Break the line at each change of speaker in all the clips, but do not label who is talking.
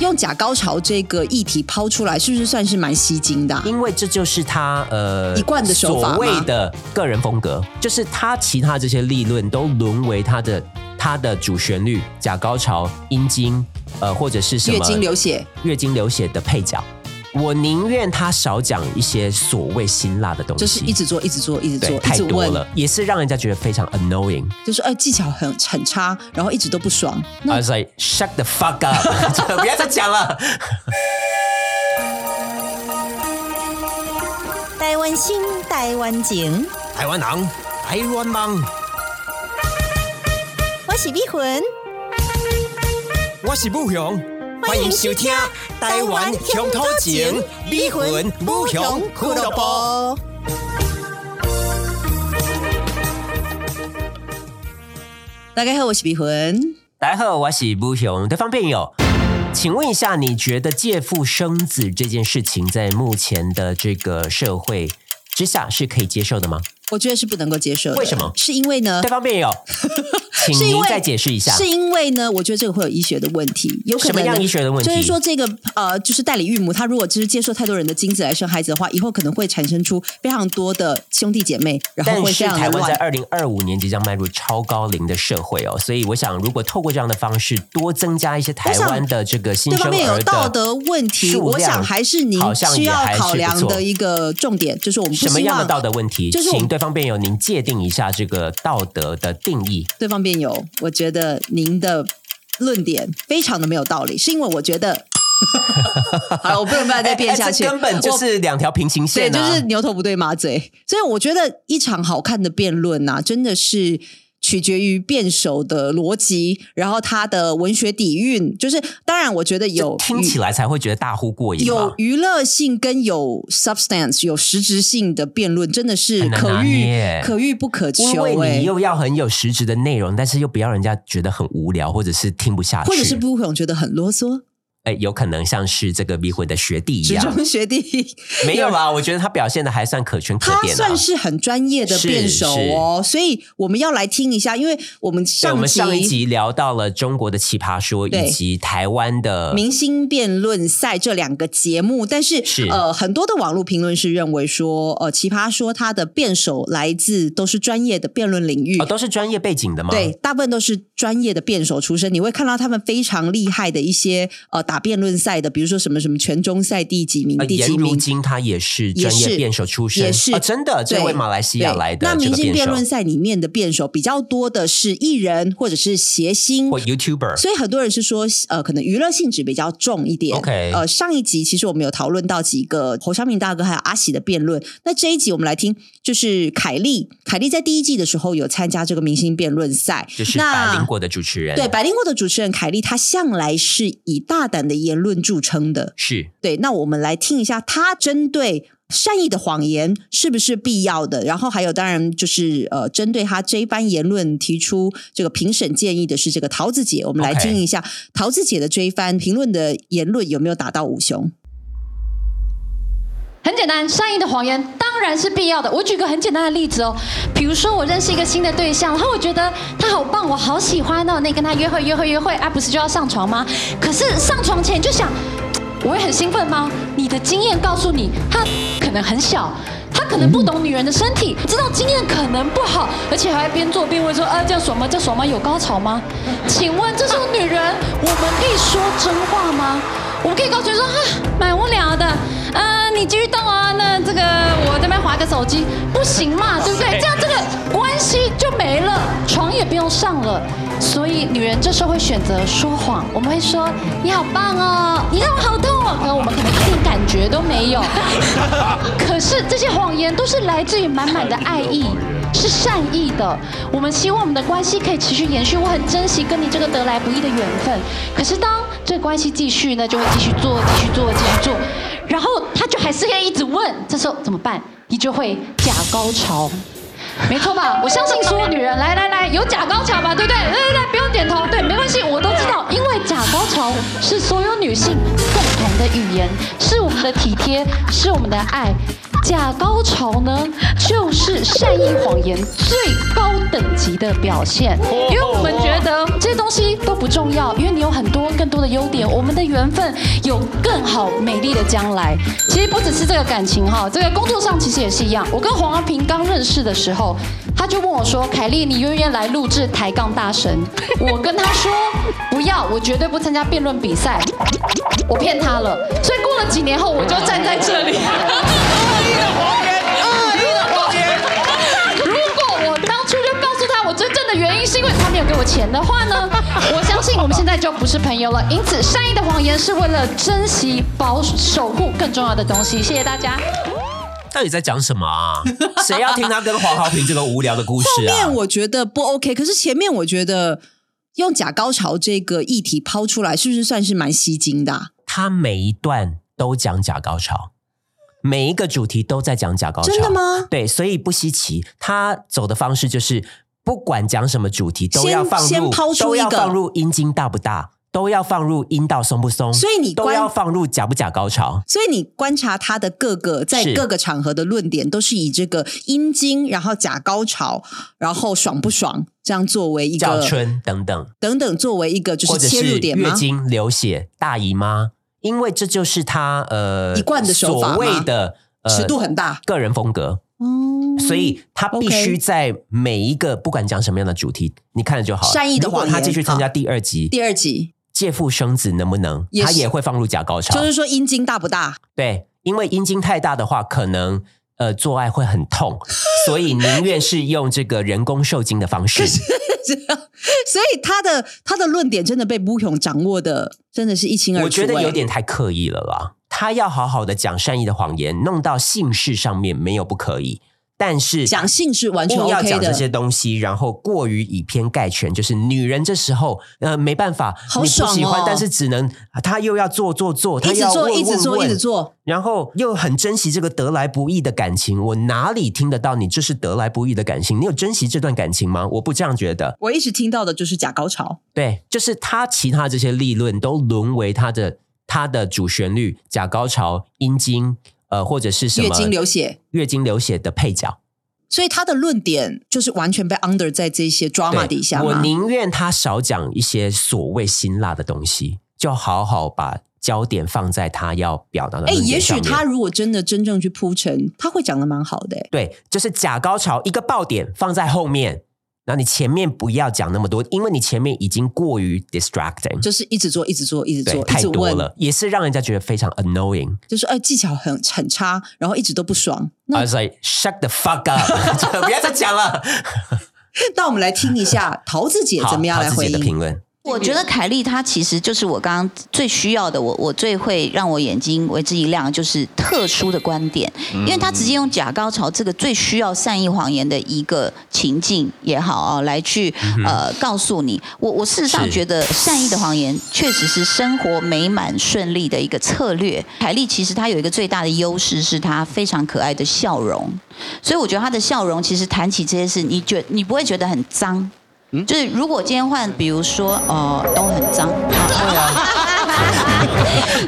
用假高潮这个议题抛出来，是不是算是蛮吸睛的啊、
因为这就是他呃
一贯的手法吗
所谓的个人风格，就是他其他这些立论都沦为他的他的主旋律，假高潮、阴茎，呃，或者是什么
月经流血，
月经流血的配角。我宁愿他少讲一些所谓辛辣的东西，
就是一直做，一直做，一直
对
做，一
太
直
多
问，
了，也是让人家觉得非常 annoying。
就是哎技巧很很差，然后一直都不爽。那
I was like shut the fuck up，不要再 讲了。
台湾心，台湾情，
台湾人，台湾梦，
我是美魂。
我是武雄，欢迎收听《台湾乡土情》，美魂武雄俱乐部。
部。
大概好，我是比魂，
大家好，我是不雄，对方辩友。请问一下，你觉得借腹生子这件事情在目前的这个社会之下是可以接受的吗？
我觉得是不能够接受的。
为什么
是因为呢
对？方 辩友，请
是因
您
为
再解释一下。
呃是因为呢，我觉得这个会有医学的问题，有可能
什么样医学的问题
就是说这个呃，就是代理孕母，她如果就是接受太多人的精子来生孩子的话，以后可能会产生出非常多的兄弟姐妹，然后
但
会非
是
常
台
的
湾
乱。
在二零二五年即将迈入超高龄的社会哦，所以我想，如果透过这样的方式多增加一些台湾的这个新
这
生
方面
儿
有
的
道德问题，
数量
我想还是您
好像
需
也
要
还是
考量
不错
的一个重点，就是我们不
什么
希
样的
望
道德问题，
就是我们
请对方辩友您界定一下这个道德的定义。
对方辩友，我觉得您的论点非常的没有道理，是因为我觉 得， 好了，我不能把它再辩下去，
哎哎这根本就
我。
是两条平行线、
对，
啊，
就是牛头不对马嘴，所以我觉得一场好看的辩论呐、真的是取决于辩手的逻辑，然后他的文学底蕴。就是当然，我觉得有
听起来才会觉得大呼过瘾吧。
有娱乐性跟有 substance 有实质性的辩论，真的是
很难
可
拿
遇
捏
可遇不可求、
因
欸。
为你又要很有实质的内容，但是又不要人家觉得很无聊，或者是听不下去，
或者是不会觉得很啰嗦，
哎，有可能像是这个迷魂的学弟一
职
样，
中学弟
没有啦，我觉得他表现的还算可圈可
他
点、啊，
算是很专业的辩手哦，所以我们要来听一下，因为我们
对。
上
我
集
们上一集聊到了中国的奇葩说
对
以及台湾的
明星辩论赛这两个节目，但是
是
呃，很多的网络评论是认为说，呃，奇葩说他的辩手来自都是专业的辩论领域。
哦，都是专业背景的吗？
对，，大部分都是专业的辩手出身，你会看到他们非常厉害的一些呃打辩论赛的，比如说什么什么全中赛第几名、
呃、
第
颜
几
如
名，
晶她也是专
也
业
是
辩手出身，
也是
哦真的，
对
这位马来西亚啊来
对那
的这
明
个
星
辩
辩
手
论赛里面的辩手比较多的是艺人或者是谐星。
或 YouTuber，
所以很多人是说，呃，可能娱乐性质比较重一点。
OK
呃，上一集其实我们有讨论到几个侯湘明大哥还有阿喜的辩论，那这一集我们来听，就是凯莉，凯莉在第一季的时候有参加这个明星辩论赛，
就是
那
百灵果的主持人，
对，百灵果的主持人凯莉，她向来是以大胆的言论著称的。
是
对，那我们来听一下他针对善意的谎言是不是必要的，然后还有当然就是呃，针对他这一番言论提出这个评审建议的是这个桃子姐，我们来
OK
听一下桃子姐的这一番评论的言论有没有打到五雄？
很简单，善意的谎言当然是必要的。我举个很简单的例子哦，比如说我认识一个新的对象，然后我觉得他好棒，我好喜欢哦，那跟他约会约会约会，啊，不是就要上床吗？可是上床前就想，我会很兴奋吗？你的经验告诉你，他可能很小。他可能不懂女人的身体，知道经验可能不好，而且还会边做边问说：“啊，这样爽吗？这样爽吗？有高潮吗？”请问这种女人，我们可以说真话吗？我们可以告诉你说：“啊，蛮无聊的，啊，你继续动啊，那这个我这边划个手机，不行嘛，对不对？这样这个关系就没了，床也不用上了。”所以女人这时候会选择说谎，我们会说：“你好棒哦，你让我好痛哦。”可我们可能一点感觉都没有。可是这些谎言都是来自于满满的爱意，是善意的。我们希望我们的关系可以持续延续，我很珍惜跟你这个得来不易的缘分。可是当这个关系继续呢，就会继续做，继续做，继续做，然后他就还是会一直问，这时候怎么办？你就会假高潮。没错吧？我相信所有女人，来来来，有假高潮吧，对不对？来来来，不用点头，对，没关系，我都知道，因为假高潮是所有女性共同的语言，是我们的体贴，是我们的爱。假高潮呢，就是善意谎言最高等级的表现。因为我们觉得这些东西都不重要，因为你有很多更多的优点，我们的缘分有更好美丽的将来。其实不只是这个感情哈，这个工作上其实也是一样。我跟黄阿平刚认识的时候，他就问我说：“凯莉，你愿不愿意来录制抬杠大神？”我跟他说：“不要，我绝对不参加辩论比赛。”我骗他了，所以过了几年后，我就站在这里。如果我当初就告诉他我真正的原因是因为他没有给我钱的话呢，我相信我们现在就不是朋友了。因此，善意的谎言是为了珍惜、保守护更重要的东西。谢谢大家。
到底在讲什么啊？谁要听他跟黄豪平这个无聊的故事
后面
啊？
我觉得不 OK，可是前面我觉得用假高潮这个议题抛出来，是不是算是蛮吸睛的啊、
他每一段都讲假高潮，每一个主题都在讲假高潮，
真的？吗？
对，所以不稀奇。他走的方式就是，不管讲什么主题，都要
先
放入，
先抛出
都要
一个
放入阴茎大不大，都要放入阴道松不松，
所以你
都
关
要放入假不假高潮。
所以你观察他的各个在
是
各个场合的论点，都是以这个阴茎，然后假高潮，然后爽不爽这样作为一
叫
个
春等等，
等等作为一个
或
就
者
是切入
是
点
月
吗？
经、流血、大姨妈，因为这就是他呃
一贯的手法吗
所谓的、呃、
尺度很大
个人风格，
哦，
所以他必
OK
须在每一个不管讲什么样的主题，你看了就好了。
善意的
如果
谎言啊
他继续参加第二集
第二集
《借腹生子》，能不能
也
他
是
也会放入假高潮？
就是说阴茎大不大？
对，因为阴茎太大的话，可能呃做爱会很痛，所以宁愿是用这个人工受精的方式。
所以他的他的论点真的被吴勇掌握的真的是一清二楚、
我觉得
欸
有点太刻意了啦。他要好好的讲善意的谎言，弄到性事上面没有不可以，但是
讲性是完全
硬要
OK
讲这些
的，
东西，然后过于以偏概全，就是女人这时候呃没办法，
好
你不
爽
喜欢
哦，
但是只能她又要做做做，她
一直
要
做
问
一直
问
做一
问
直做，
然后又很珍惜这个得来不易的感情，我哪里听得到你这是得来不易的感情？你有珍惜这段感情吗？我不这样觉得。
我一直听到的就是假高潮，
对，就是他其他这些立论都沦为他的他的主旋律，假高潮、阴茎，呃，或者是什么
月经流血，
月经流血的配角。
所以他的论点就是完全被 under 在这些 drama
对
底下
我
嘛。
宁愿他少讲一些所谓辛辣的东西，就好好把焦点放在他要表达的
哎，
论
也
点上
许
面。
他如果真的真正去铺陈，他会讲的蛮好的、欸。
对，就是假高潮一个爆点放在后面，然后你前面不要讲那么多，因为你前面已经过于 distracting，
就是一直做，一直做，一直
对，
做，一
太
直
多
问，
了，也是让人家觉得非常 annoying。
就是哎技巧很很差，然后一直都不爽。那
I was like shut the fuck up，就不要再讲了。
那我们来听一 下桃子姐
好，
怎么样
好
来
自己
回
的
应？
评论？
我觉得凯莉她其实就是我刚刚最需要的，我我最会让我眼睛为之一亮，就是特殊的观点，因为她直接用假高潮这个最需要善意谎言的一个情境也好啊、来去呃告诉你，我我事实上
是
觉得善意的谎言确实是生活美满顺利的一个策略。凯莉其实她有一个最大的优势是她非常可爱的笑容，所以我觉得她的笑容其实谈起这些事，你觉你不会觉得很脏。就是如果今天换，比如说呃，都很脏，啊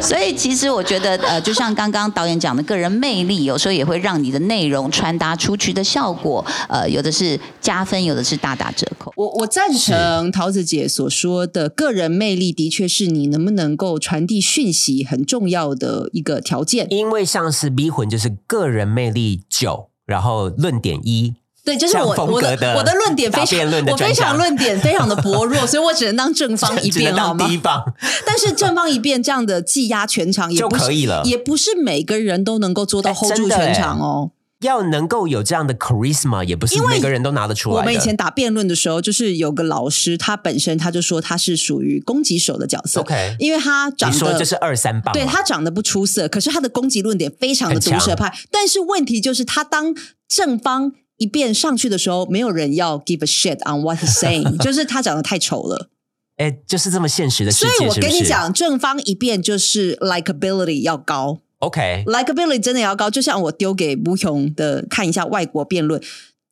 所以其实我觉得呃，就像刚刚导演讲的，个人魅力有时候也会让你的内容传达出去的效果，呃，有的是加分，有的是大打折扣。
我我赞成桃子姐所说的，个人魅力的确是你能不能够传递讯息很重要的一个条件。
因为像是逼魂就是个人魅力九，然后论点一，
对，就是
像
我
风
我
格的
我的论点非
打辩
常
论 的
我非
专家
常论点非常的薄弱，所以我只能当正方一
只能
辩好
当
吗
第？一棒
但是正方一辩这样的技压全场也
就
不是
可以了。
也不是每个人都能够做到
哎
hold
真
住
的
全
哎
场哦。
要能够有这样的 charisma，也不是
因为
每个人都拿得出来
我
的。
们以前打辩论的时候，就是有个老师，他本身他就说他是属于攻击手的角色
OK
因为他长
你说
得
就是二三棒嘛，
对他长得不出色，可是他的攻击论点非常的毒舌派。但是问题就是，他当正方一辩上去的时候，没有人要 give a shit on what he's saying，就是他长得太丑了。
哎，就是这么现实的世
所
界，
以我跟
是
你
不是
讲，正方一辩就是 likability 要高。
，OK，
likability 真的要高，就像我丢给吴雄的看一下外国辩论，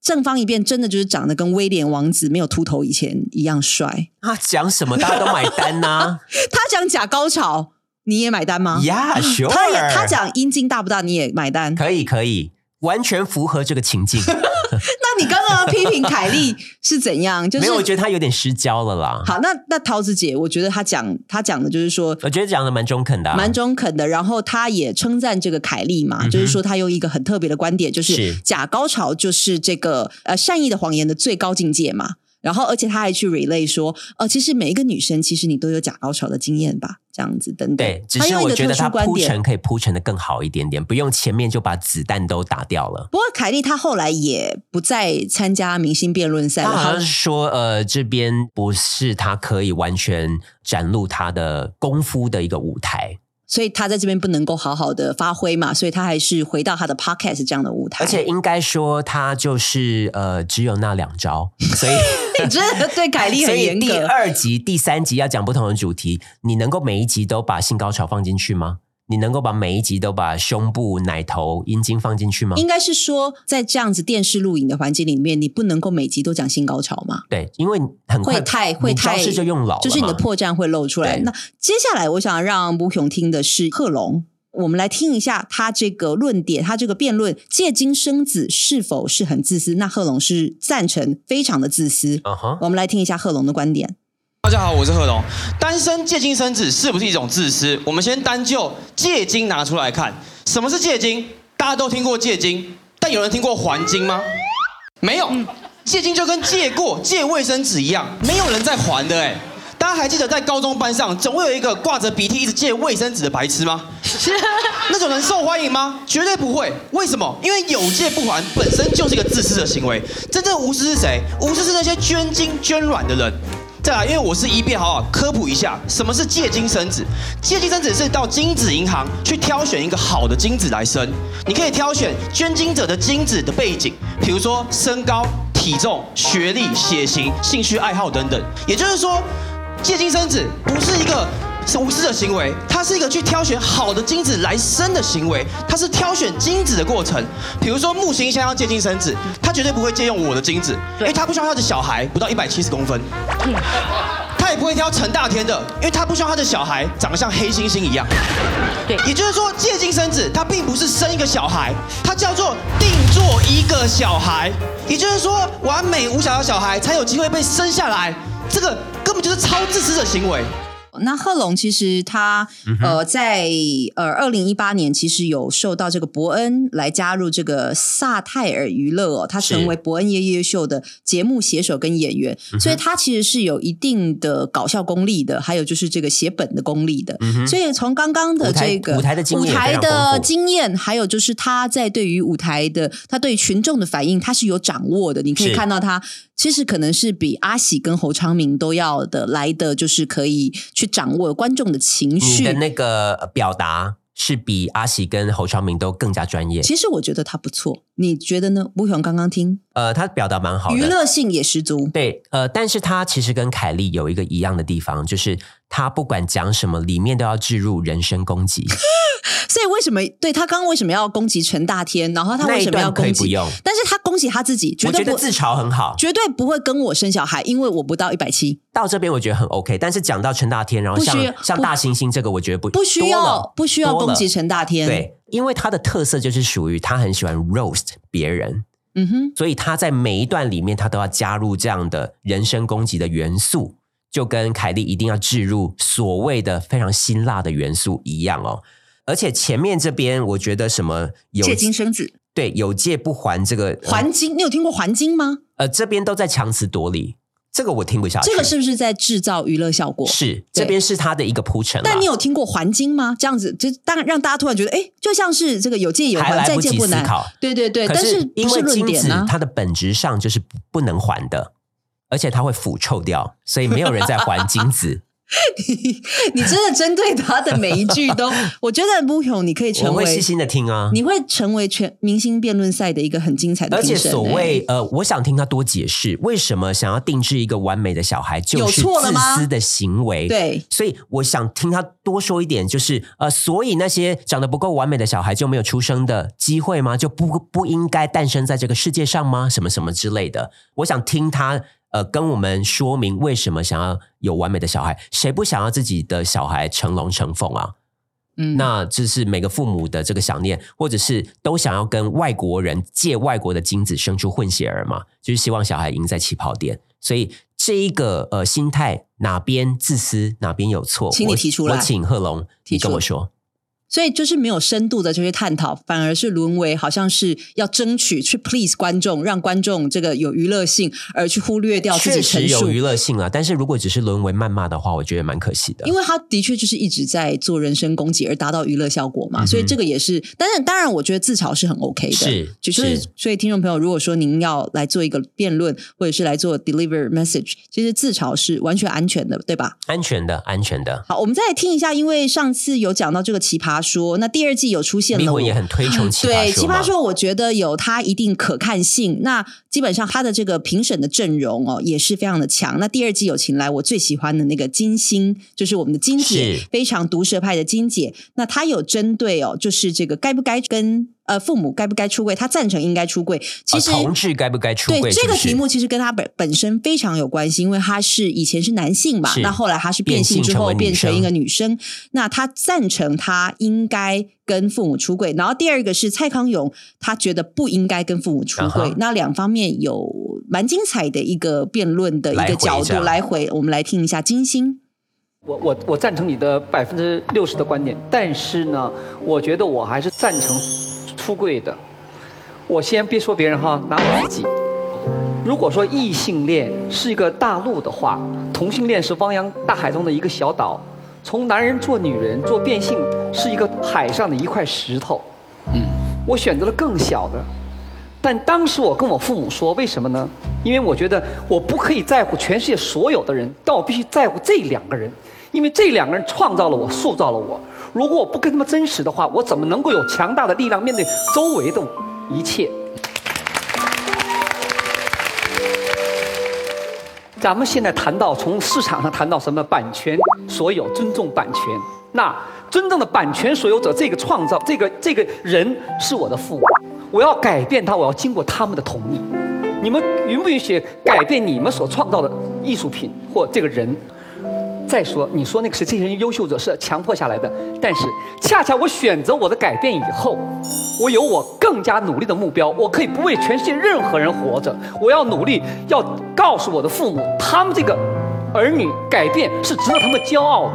正方一辩真的就是长得跟威廉王子没有秃头以前一样帅。
他啊讲什么大家都买单啊 呐
他讲假高潮，你也买单吗
呀，sure，
他也他讲阴茎大不大，你也买单？
可以可以，完全符合这个 情境。
那你刚刚批评凯莉是怎样？就是
没有，我觉得他有点失焦了啦。
好，那那桃子姐，我觉得她讲她讲的就是说，
我觉得讲的蛮中肯的、啊，嗯
蛮中肯的。然后他也称赞这个凯莉嘛，
哼
就是说他用一个很特别的观点，就是
是
假高潮就是这个呃善意的谎言的最高境界嘛。然后，而且他还去 relay 说，呃，其实每一个女生，其实你都有假高潮的经验吧，这样子等等。
对，只
他
是
用一
我
个
觉
特
得
殊
他
观
铺
点。
陈可以铺陈的更好一点点，不用前面就把子弹都打掉了。
不过凯莉她后来也不再参加明星辩论赛
他
了，
好
她
像是说，呃，这边不是他可以完全展露他的功夫的一个舞台，
所以她在这边不能够好好的发挥嘛，所以她还是回到她的 podcast 这样的舞台。
而且应该说他就是呃，只有那两招，所以
你 真的对 凯莉
所
很
以
严
第
格。
二集、第三集要讲不同的主题，你能够每一集都把性高潮放进去吗？你能够把每一集都把胸部、奶头、阴茎放进去吗？
应该是说，在这样子电视录影的环境里面，你不能够每集都讲性高潮嘛，
对，因为很嗯快
会太会
你招
太
式就用老了嘛，
就是你的破绽会露出来。
对
那接下来我想让吴雄听的是贺龙，我们来听一下他这个论点，他这个辩论借精生子是否是很自私？那贺龙是赞成，非常的自私。
嗯哼。
我们来听一下贺龙的观点。
大家好，我是贺龙。单身借精生子是不是一种自私？我们先单就借精拿出来看，什么是借精？大家都听过借精，但有人听过还精吗？没有，借精就跟借过、借卫生纸一样，没有人在还的哎。大家还记得在高中班上，总会有一个挂着鼻涕一直借卫生纸的白痴吗？那种人受欢迎吗？绝对不会。为什么？因为有借不还本身就是一个自私的行为。真正无私是谁？无私是那些捐精捐卵的人。再来，因为我是医辩，好好科普一下，什么是借精生子？借精生子是到精子银行去挑选一个好的精子来生。你可以挑选捐精者的精子的背景，比如说身高、体重、学历、血型、兴趣爱好等等。也就是说，借精生子不是一个是无私的行为，它是一个去挑选好的精子来生的行为，它是挑选精子的过程。比如说木星现在要借精生子，他绝对不会借用我的精子，因为他不需要他的小孩不到一百七十公分。他也不会挑陈大天的，因为他不希望他的小孩长得像黑猩猩一样。
对
也就是说，借精生子，它并不是生一个小孩，它叫做定做一个小孩。也就是说，完美无瑕的小孩才有机会被生下来，这个根本就是超自私的行为。
那贺龙其实他、呃在呃二零一八年其实有受到这个伯恩来加入这个萨泰尔娱乐哦，他
是
成为伯恩夜夜秀的节目写手跟演员，所以他其实是有一定的搞笑功力的，还有就是这个写本的功力的。所以从刚刚的
嗯舞台
这个
舞台的经
舞
验也
台
非常丰
的
富
经验，还有就是他在对于舞台的他对于群众的反应，他是有掌握的。你可以
是
看到他其实可能是比阿喜跟侯昌明都要的来的，就是可以去掌握观众的情
你
绪
的。那个呃表达是比阿喜跟侯昌明都更加专业。
其实我觉得他不错，你觉得呢？吴勇刚刚听，
呃，他表达蛮好
娱
的。
乐性也十足。
对，呃，但是他其实跟凯莉有一个一样的地方，就是他不管讲什么，里面都要置入人身 攻击。
所以为什么对他刚刚为什么要攻击陈大天？然后他
那
为
一
什么要
段可以
攻
不
击？
用，
但是他攻击他自己，绝
我觉
对
得
不
自嘲很好。
绝对不会跟我生小孩，因为我不到一百七，
到这边我觉得很 OK，但是讲到陈大天，然后
不需
像
不
像大猩猩这个，我觉得不
不需
多了
要不需要
多了
攻击陈大天。，
对，因为他的特色就是属于他很喜欢 roast 别人，
嗯哼。
所以他在每一段里面，他都要加入这样的人身攻击的元素，就跟凯莉一定要置入所谓的非常辛辣的元素一样哦。而且前面这边，我觉得什么有
借精生子，
对有借不还这个呃
还精，你有听过还精吗？
呃这边都在强词夺理，这个我听不下去。
这个是不是在制造娱乐效果？
啊是
对
这边是他的一个铺陈啦，
但你有听过还精吗？这样子就当让大家突然觉得，哎，就像是这个有借有
还
还，
来
再
不
借
及
不
思
难。
考。
对对对，
可
但是
因
不是
为
论
精
点
子
啊？
它的本质上就是不不能还的，而且它会腐臭掉，所以没有人在还精子。
你真的针对他的每一句 都，我觉得 m u 你可以
我
成
会细
为，
心的听啊，
你会成为全明星辩论赛的一个很精彩的
而
评
且
审。
所谓
哎
呃，我想听他多解释为什么想要定制一个完美的小孩就是
错了
自
吗
私的行为。。
欸对，
所以我想听他多说一点，就是呃，所以那些长得不够完美的小孩就没有出生的机会吗？就不不应该诞生在这个世界上吗？什么什么之类的，我想听他呃跟我们说明为什么想要有完美的小孩，谁不想要自己的小孩成龙成凤啊？
嗯
那这是每个父母的这个想念，或者是都想要跟外国人借外国的精子生出混血儿嘛，就是希望小孩赢在起跑点。所以这一个呃心态哪边自私，哪边有错，
请你
我
提出来
我请贺龙，
提
你
出
跟我说，
所以就是没有深度的就去探讨，反而是沦为好像是要争取去 please 观众，让观众这个有娱乐性，而去忽略掉自己
确
陈
实有
述。
娱乐性啊，但是如果只是沦为谩骂的话，我觉得蛮可惜的
因。为他的确就是一直在做人身攻击，而达到娱乐效果嘛，
嗯哼
所以这个也是。但是当然，我觉得自嘲是很 OK 的，
是
就是
是
所以听众朋友，如果说您要来做一个辩论，或者是来做 deliver message，其实自嘲是完全安全的，对吧？
安全的，安全的。
好，我们再来听一下，因为上次有讲到这个奇葩说，那第二季有出现
迷
了我，
魂也很推崇奇葩说 嘛，
对，奇葩说我觉得有它一定可看性。那基本上它的这个评审的阵容哦，也是非常的强。那第二季有请来我最喜欢的那个金星，就是我们的金姐
是，
非常毒舌派的金姐。那她有针对哦，就是这个该不该跟呃父母该不该出柜，她赞成应该出柜。其
呃
实、
同志该不该出
对
柜？
这
是不
个
是
题目，其实跟他本本身非常有关系，因为他是以前是男性嘛，
是
那后来他是变性
变性
之后
成为
变
女生
成一个女生，那他赞成他应该跟父母出柜，然后第二个是蔡康永，他觉得不应该跟父母出
啊
柜
哈，
那两方面有蛮精彩的一个辩论的一
来
个
回
角
这
度
样
来回，我们来听一下金星。
我我我赞成你的百分之六十的观点，但是呢，我觉得我还是赞成出柜的。我先别说别人哈，拿我自己，如果说异性恋是一个大陆的话，同性恋是汪洋大海中的一个小岛，从男人做女人做变性是一个海上的一块石头。嗯，我选择了更小的，但当时我跟我父母说，为什么呢？因为我觉得我不可以在乎全世界所有的人，但我必须在乎这两个人，因为这两个人创造了我，塑造了我。如果我不跟他们真实的话，我怎么能够有强大的力量面对周围的一切？咱们现在谈到从市场上谈到什么版权所有，尊重版权。那真正的版权所有者，这个创造，这个这个人是我的父母，我要改变他，我要经过他们的同意。你们允不允许改变你们所创造的艺术品或这个人？再说，你说那个是这些人优秀者是强迫下来的，但是恰恰我选择我的改变以后，我有我更加努力的目标，我可以不为全世界任何人活着，我要努力，要告诉我的父母，他们这个儿女改变是值得他们骄傲的。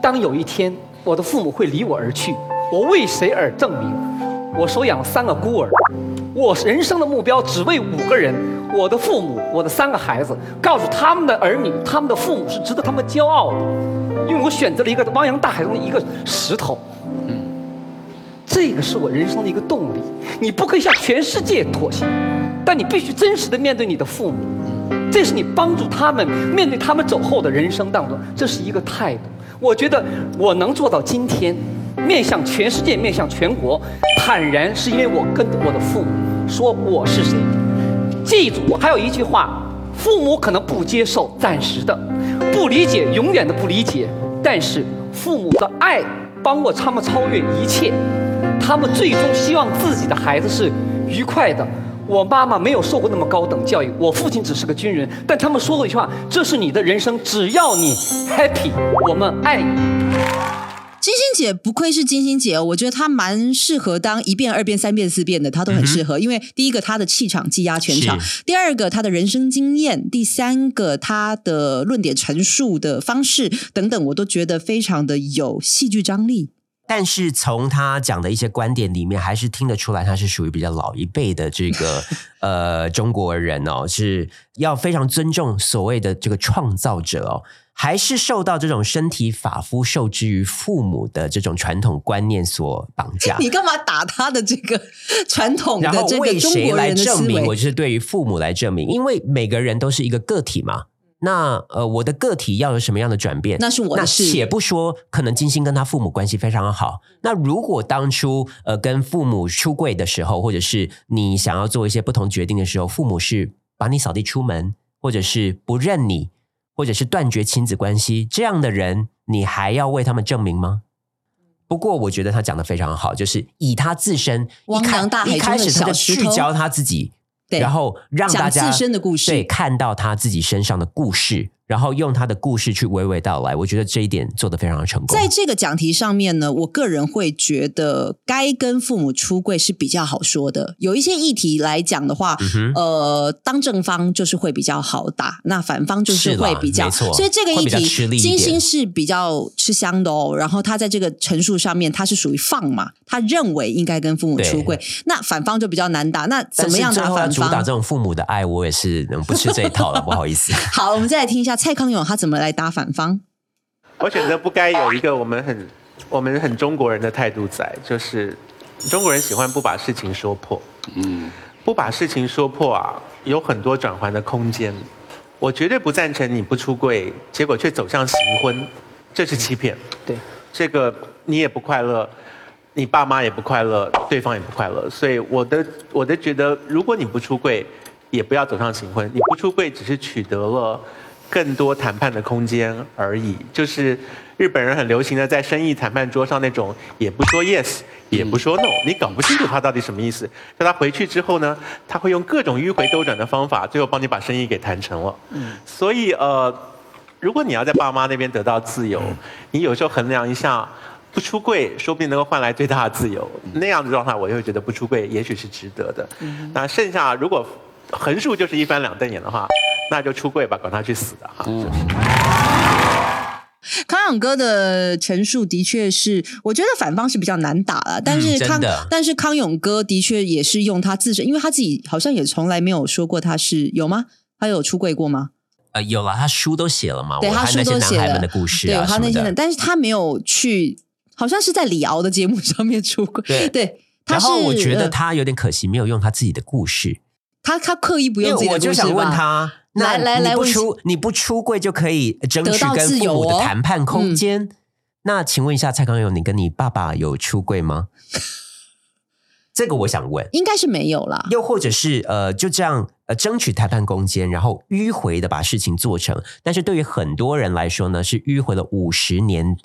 当有一天我的父母会离我而去，我为谁而证明？我收养了三个孤儿，我人生的目标只为五个人：我的父母，我的三个孩子。告诉他们的儿女，他们的父母是值得他们骄傲的，因为我选择了一个汪洋大海中的一个石头。嗯，这个是我人生的一个动力。你不可以向全世界妥协，但你必须真实的面对你的父母。这是你帮助他们面对他们走后的人生当中，这是一个态度。我觉得我能做到今天，面向全世界，面向全国，坦然是因为我跟我的父母说我是谁。记住，我还有一句话：父母可能不接受，暂时的不理解，永远的不理解。但是父母的爱帮我他们超越一切，他们最终希望自己的孩子是愉快的。我妈妈没有受过那么高等教育，我父亲只是个军人，但他们说过一句话：这是你的人生，只要你 happy，我们爱你。
金星姐不愧是金星姐哦，我觉得她蛮适合当一遍、二遍、三遍、四遍的，她都很适
嗯
合。因为第一个，她的气场技压全场；第二个，她的人生经验；第三个，她的论点陈述的方式等等，我都觉得非常的有戏剧张力。
但是从他讲的一些观点里面，还是听得出来他是属于比较老一辈的这 个呃中国人哦，是要非常尊重所谓的这个创造者哦，还是受到这种身体发肤受之于父母的这种传统观念所绑架。
你干嘛打她的这个传统
然后
的这个
为
中
谁
国
来
人的
证
思
明？我
维？
就是对于父母来证明，因为每个人都是一个个体嘛。那呃，我的个体要有什么样的转变？
那是我的事
且不说，可能金星跟他父母关系非常好。那如果当初呃跟父母出柜的时候，或者是你想要做一些不同决定的时候，父母是把你扫地出门，或者是不认你，或者是断绝亲子关系，这样的人，你还要为他们证明吗？不过我觉得他讲的非常好，就是以他自身一
汪
开
洋大海
一开
中的
始他
小
就
石
聚
头
焦他自己，
对
然后让
讲
大家
自身的故事
对看到他自己身上的故事，然后用他的故事去娓娓道来。我觉得这一点做得非常的成功。
在这个讲题上面呢，我个人会觉得该跟父母出柜是比较好说的。有一些议题来讲的话，
嗯哼
呃，当正方就是会比较好打，那反方就是
是啦
会比较，
没错
所以这个
会
议
比较
题
吃力一
金
点
星是比较吃香的哦。然后他在这个陈述上面，他是属于放嘛，他认为应该跟父母
对
出柜，那反方就比较难打。那怎么样
但是最
打
后要
反
主打
方
这？种父母的爱，我也是嗯不吃这一套了，不好 意思。
好，我们再来听一下蔡康永他怎么来打反方。
我选择不该有一个我们很我们很中国人的态度在，就是中国人喜欢不把事情说破。嗯，不把事情说破啊，有很多转圜的空间。我绝对不赞成你不出柜，结果却走向行婚，这是欺骗。
对，
这个你也不快乐，你爸妈也不快乐，对方也不快乐。所以我的我的觉得，如果你不出柜，也不要走上行婚。你不出柜只是取得了更多谈判的空间而已。就是日本人很流行的在生意谈判桌上那种，也不说 yes，也不说 no，你搞不清楚他到底什么意思。叫他回去之后呢，他会用各种迂回兜转的方法，最后帮你把生意给谈成了。所以呃。如果你要在爸妈那边得到自由，你有时候衡量一下，不出柜说不定能够换来最大的自由。那样的状态，我就会觉得不出柜也许是值得的。那剩下如果横竖就是一翻两瞪眼的话，那就出柜吧，管他去死的哈。
康永哥的陈述的确是，我觉得反方是比较难打了，但是
嗯真
康，
的
但是康永哥的确也是用他自身，因为他自己好像也从来没有说过他是有吗？他有出柜过吗？
呃，有了，他书都写了嘛，
对
我
他
看
书
那些
都
男
写
孩
了
们的故事
对，
啊
他
什
那
么
些
的
人，。但是他没有去，好像是在李敖的节目上面出柜。
对
他
然
是
后我觉得
呃
他有点可惜，没有用他自己的故事，
他他刻意不
因
用自己的
为我
故
就
事吧
想问他，那
来来
你
来
不
问
出你不出柜就可以争
得
取
到
跟
自由
父母的
哦
谈判空间。那请问一下，蔡康永，你跟你爸爸有出柜吗？ 这个我想问。
应该是没有 啦。
又或者是呃，就这样呃，争取谈判空间，然后迂回的把事情做成。但是对于很多人来说呢，是迂回了五十年，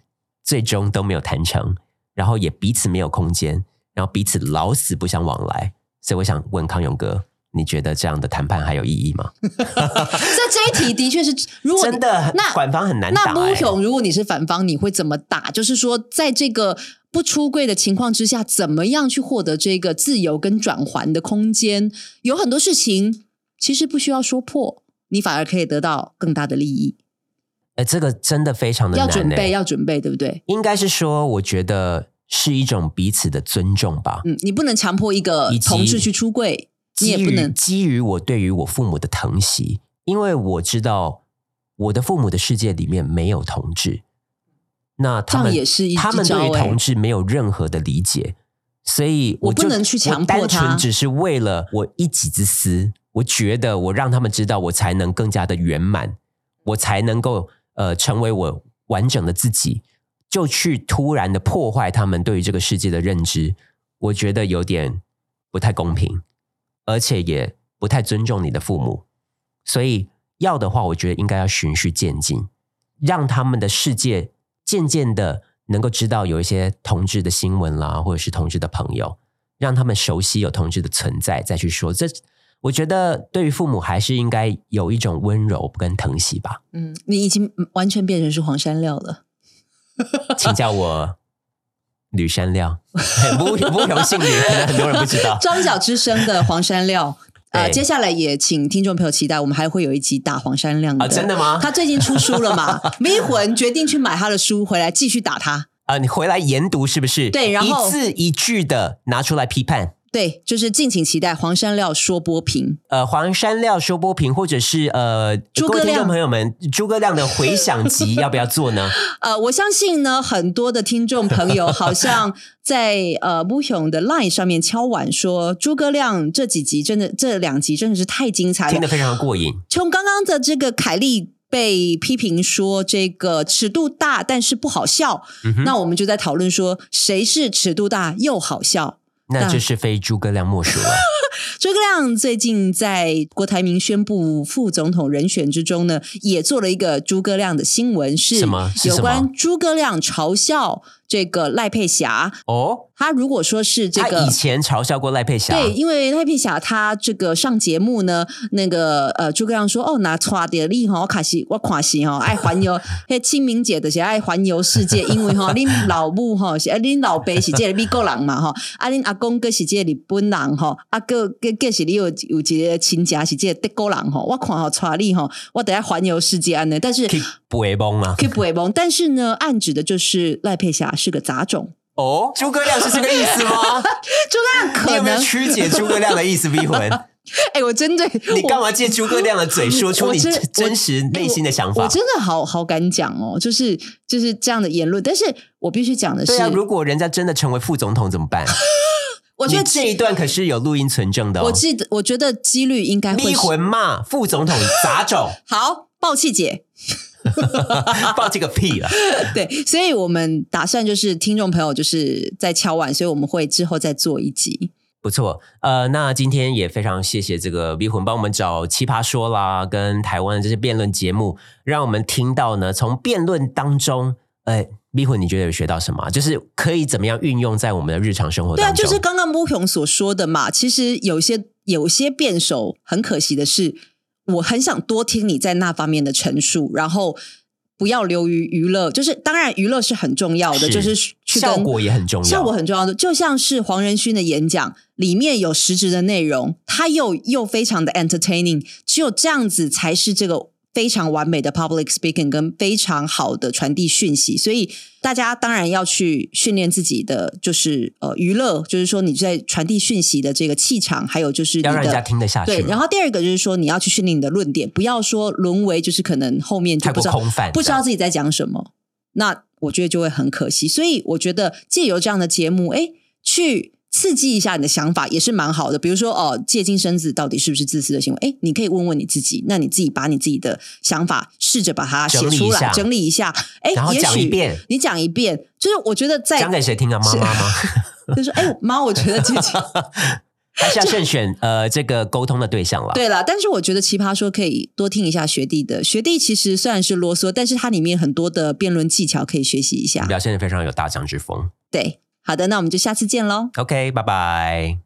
最终都没有谈成，然后也彼此没有空间，然后彼此老死不相往来。所以我想问康永哥，你觉得这样的谈判还有意义吗？
这这一题的确是，如果
真的，
那
反方很难打、
那不
欸。
勇，如果你是反方，你会怎么打？就是说，在这个不出柜的情况之下，怎么样去获得这个自由跟转圜的空间？有很多事情其实不需要说破，你反而可以得到更大的利益。
呃，这个真的非常的难、
要
欸，
准备，要准备，对不对？
应该是说，我觉得是一种彼此的尊重吧。
嗯，你不能强迫一个
以及
同志去出柜，你
基
也
于
不能。
基于我对于我父母的疼惜，因为我知道我的父母的世界里面没有同志，那他
这
们
样也是一
他们对
一招
于
欸
同志没有任何的理解，所以
我
就
不能去强迫他
我单纯只是为了我一己之私，我觉得我让他们知道，我才能更加的圆满，我才能够呃成为我完整的自己，就去突然的破坏他们对于这个世界的认知，我觉得有点不太公平，而且也不太尊重你的父母。所以要的话，我觉得应该要循序渐进，让他们的世界渐渐的能够知道有一些同志的新闻啦，或者是同志的朋友，让他们熟悉有同志的存在，再去说这。我觉得对于父母还是应该有一种温柔跟疼惜吧。
嗯，你已经完全变成是黄山料了。
请叫我吕山 料，不不荣姓吕，可能很多人不知道。
庄脚之声的黄山料。呃，
对
接下来也请听众朋友期待，我们还会有一集打黄山亮的。
啊真的吗
他最近出书了 嘛？迷魂决定去买他的书回来继续打他。
啊，你回来研读是不是？
对然后
一字一句的拿出来批判。
对，就是敬请期待黄山料说波平。
呃，黄山料说波平，或者是呃，
诸葛
各位听
亮
众朋友们，诸葛亮的回想集要不要做呢？
呃，我相信呢，很多的听众朋友好 像在呃木熊的 Line 上面敲碗说，诸葛亮这几集真的这两集真的是太精彩
听
了
得。非常过瘾。
从刚刚的这个凯莉被批评说这个尺度大，但是不好笑，
嗯哼，
那我们就在讨论说谁是尺度大又好笑。嗯
那就是非诸葛亮莫属了。
诸葛亮最近在郭台铭宣布副总统人选之中呢，也做了一个诸葛亮的新闻，是
什么是
有
什么
关诸葛亮嘲笑这个赖佩霞。
哦，
他如果说是这
他
个
以前嘲笑过赖佩霞，
对，因为赖佩霞她这个上节目呢，那个呃诸葛亮说哦，拿错的力吼，卡西我看西吼，爱环 游，嘿清明节就是爱环游世界，因为吼恁老母吼是啊恁老爸是这个美国人嘛吼，啊恁阿公个是这个日本人吼，啊个个个是你有有一个亲戚是这个德国人吼，我看吼带你吼，我得爱环游世界安尼，但是
去北崩啊。
去北蒙，但是呢暗指的就是赖佩霞是个杂 种，
哦，诸葛亮是这个意思吗？
诸葛亮
你
可
有没有
能
曲解诸葛亮的意思？逼魂，
哎、我针对
你
我
干嘛借诸葛亮的嘴说出
我
你
真
真真
我
实内心的想
我
法？
真的好好敢讲哦，就是就是这样的言论，但是我必须讲的是，
对啊，如果人家真的成为副总统怎么办？
我
我
觉得
这一段可是有录音存证的哦。
我记得我觉得几率应该会
逼
是
魂骂副总统杂 种，
好，暴气 姐。
报这个屁了！
对，所以我们打算就是听众朋友就是在敲碗，所以我们会之后再做一集。
不错，呃，那今天也非常谢谢这个逼魂帮我们找《奇葩说》啦，跟台湾的这些辩论节目，让我们听到呢，从辩论当中，哎，逼魂你觉得有学到什么啊？就是可以怎么样运用在我们的日常生活
对
当
啊，
中？
就是刚刚穆雄所说的嘛，其实有些有些辩手很可惜的是，我很想多听你在那方面的陈述，然后。不要流于娱乐，就是当然娱乐是很重要的，
是
就是去跟
效果也很重要，
效果很重要的，就像是黄仁勋的演讲里面有实质的内容，他又又非常的 entertaining，只有这样子才是这个非常完美的 public speaking 跟非常好的传递讯息。所以大家当然要去训练自己的，就是呃娱乐，就是说你在传递讯息的这个气场，还有就是你
要让人家
的。
听得下去嘛。
对，然后第二个就是说，你要去训练你的论点，不要说沦为就是可能后面就
太
不
过
知道
空泛，
不知道自己在讲什么，那我觉得就会很可惜。所以我觉得借由这样的节目，哎，去刺激一下你的想法也是蛮好的。比如说哦，借精生子到底是不是自私的行为？哎，你可以问问你自己，那你自己把你自己的想法试着把它写
整理
出
一下
来，整理一下，哎
然后，
也
讲一
许
遍
你讲一遍，就是我觉得在
讲给谁听啊？妈 妈吗？
就说哎，妈，我觉得借精。
还是要慎选呃这个沟通的对象了。
对了，但是我觉得《奇葩说》可以多听一下学弟的。学弟其实虽然是啰嗦，但是它里面很多的辩论技巧可以学习一下。
表现的非常有大将之风。
对，好的，那我们就下次见喽。
OK，拜拜。